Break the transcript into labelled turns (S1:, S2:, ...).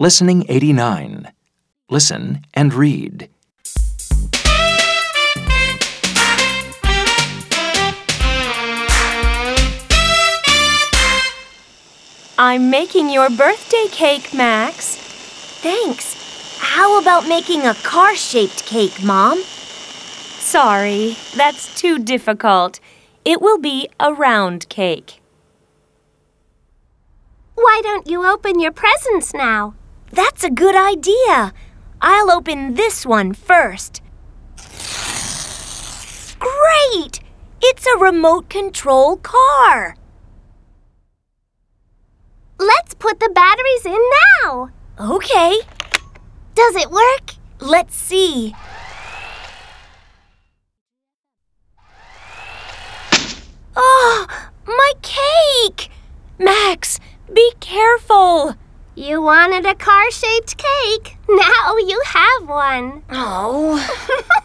S1: Listening 89. Listen and read.
S2: I'm making your birthday cake, Max.
S3: Thanks. How about making a car shaped cake, Mom?
S2: Sorry, that's too difficult. It will be a round cake.
S4: Why don't you open your presents now?
S3: That's a good idea. I'll open this one first. Great! It's a remote control car.
S4: Let's put the batteries in now.
S3: Okay,
S4: Does it work?
S3: let's see. Oh, my cake! Max, be careful!
S4: You wanted a car shaped cake. Now you have one.
S3: Oh.